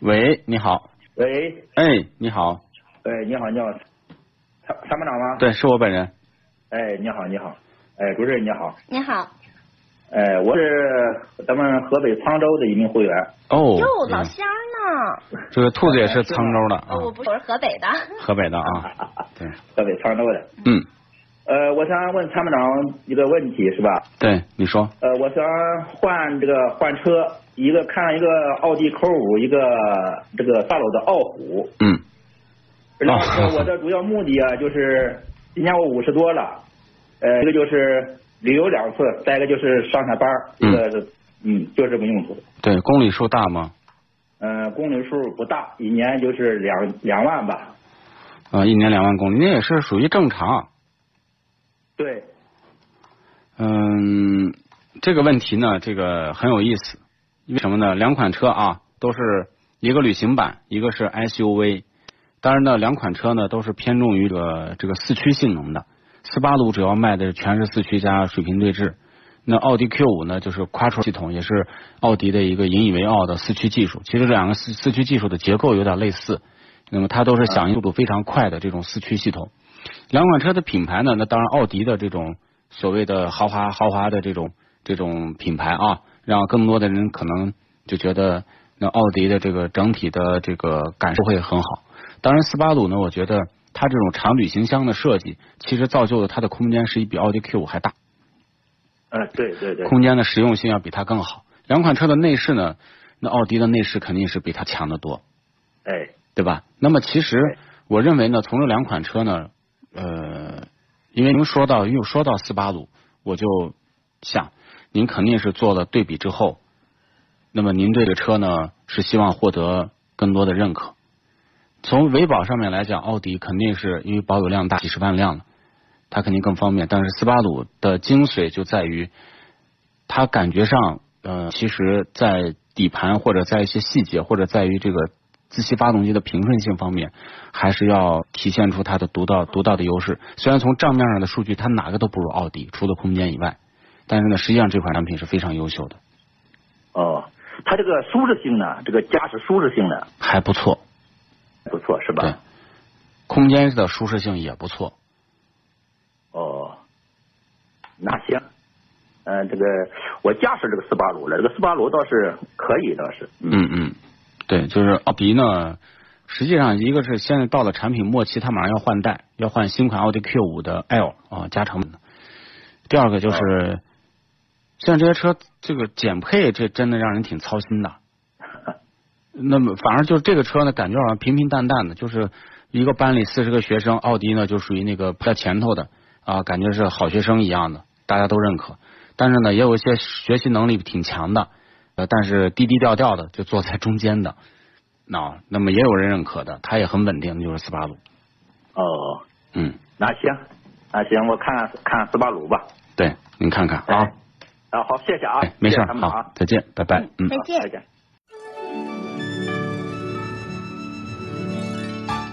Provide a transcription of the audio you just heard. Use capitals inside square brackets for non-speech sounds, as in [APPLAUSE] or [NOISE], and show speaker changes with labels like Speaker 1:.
Speaker 1: 喂，你好。
Speaker 2: 喂，
Speaker 1: 哎，你好，
Speaker 2: 哎，你好，你好，参参谋长吗？
Speaker 1: 对，是我本人。
Speaker 2: 哎，你好，你好，哎，主持人你好，
Speaker 3: 你好，
Speaker 2: 哎，我是咱们河北沧州的一名会员，
Speaker 1: 哦，
Speaker 3: 哟，老
Speaker 1: 嗯
Speaker 3: 乡呢？
Speaker 1: 这个兔子也是沧州的
Speaker 3: 我
Speaker 1: 啊，
Speaker 3: 不是嗯我是河北的，
Speaker 1: 河北的啊。对，
Speaker 2: [LAUGHS] 河北沧州的。
Speaker 1: 嗯，
Speaker 2: 呃，我想问参谋长一个问题，是吧？
Speaker 1: 对，你说，
Speaker 2: 呃，我想换这个换车，一个看了一个奥迪 Q 五，一个这个大陆的傲虎。
Speaker 1: 嗯，
Speaker 2: 然后我的主要目的啊，就是今年我五十多了，呃，一个就是旅游两次，再一个就是上下班儿，一个是嗯，就这么用途。
Speaker 1: 对，公里数大吗？
Speaker 2: 嗯，公里数不大，一年就是两两万吧。
Speaker 1: 啊，一年两万公里，那也是属于正常。
Speaker 2: 对，
Speaker 1: 嗯，这个问题呢，这个很有意思，因为什么呢？两款车啊，都是一个旅行版，一个是 SUV。当然呢，两款车呢都是偏重于这个这个四驱性能的。斯巴鲁主要卖的全是四驱加水平对置，那奥迪 Q 五呢就是 Quattro 系统，也是奥迪的一个引以为傲的四驱技术。其实这两个四四驱技术的结构有点类似，那么它都是响应速度非常快的这种四驱系统。两款车的品牌呢，那当然奥迪的这种所谓的豪华豪华的这种这种品牌啊，让更多的人可能就觉得那奥迪的这个整体的这个感受会很好。当然，斯巴鲁呢，我觉得它这种长旅行箱的设计，其实造就了它的空间是比奥迪 Q 五还大，
Speaker 2: 嗯，对对对，
Speaker 1: 空间的实用性要比它更好。两款车的内饰呢，那奥迪的内饰肯定是比它强得多。
Speaker 2: 哎，
Speaker 1: 对吧？那么其实
Speaker 2: 对
Speaker 1: 我认为呢，从这两款车呢，呃，因为您说到又说到斯巴鲁，我就想您肯定是做了对比之后，那么您对这个车呢是希望获得更多的认可。从维保上面来讲，奥迪肯定是因为保有量大，几十万辆了，它肯定更方便。但是斯巴鲁的精髓就在于，它感觉上，呃，其实，在底盘或者在一些细节，或者在于这个自吸发动机的平顺性方面，还是要体现出它的独到独到的优势。虽然从账面上的数据，它哪个都不如奥迪，除了空间以外，但是呢，实际上这款产品是非常优秀的，
Speaker 2: 哦，它这个舒适性呢，这个驾驶舒适性呢
Speaker 1: 还不错。
Speaker 2: 不错，是
Speaker 1: 对
Speaker 2: 吧？，
Speaker 1: 空间的舒适性也不错。
Speaker 2: 哦，那行，嗯，这个我驾驶这个斯巴鲁了，这个斯巴鲁倒是可以，倒是，
Speaker 1: 嗯，嗯，对，就是奥迪呢，实际上一个是现在到了产品末期，它马上要换代，要换新款奥迪 Q 五的 L 啊加长版的。第二个就是，像这些车这个减配，这真的让人挺操心的。那么反而就是这个车呢，感觉好像平平淡淡的，就是一个班里四十个学生，奥迪呢就属于那个排在前头的啊，感觉是好学生一样的，大家都认可。但是呢，也有一些学习能力挺强的，呃，但是低低调调的，就坐在中间的。那、那么也有人认可的，它也很稳定，就是斯巴鲁。
Speaker 2: 哦，
Speaker 1: 嗯，
Speaker 2: 那行，那行，我看看斯巴鲁吧。
Speaker 1: 对，您看看啊
Speaker 2: 哎，啊，好，谢谢啊
Speaker 1: 哎，没事
Speaker 2: 谢
Speaker 1: 儿
Speaker 2: 谢参，谋长
Speaker 1: 好
Speaker 2: 啊，，
Speaker 1: 再见，拜拜，嗯
Speaker 3: 再。见
Speaker 2: 好再。见。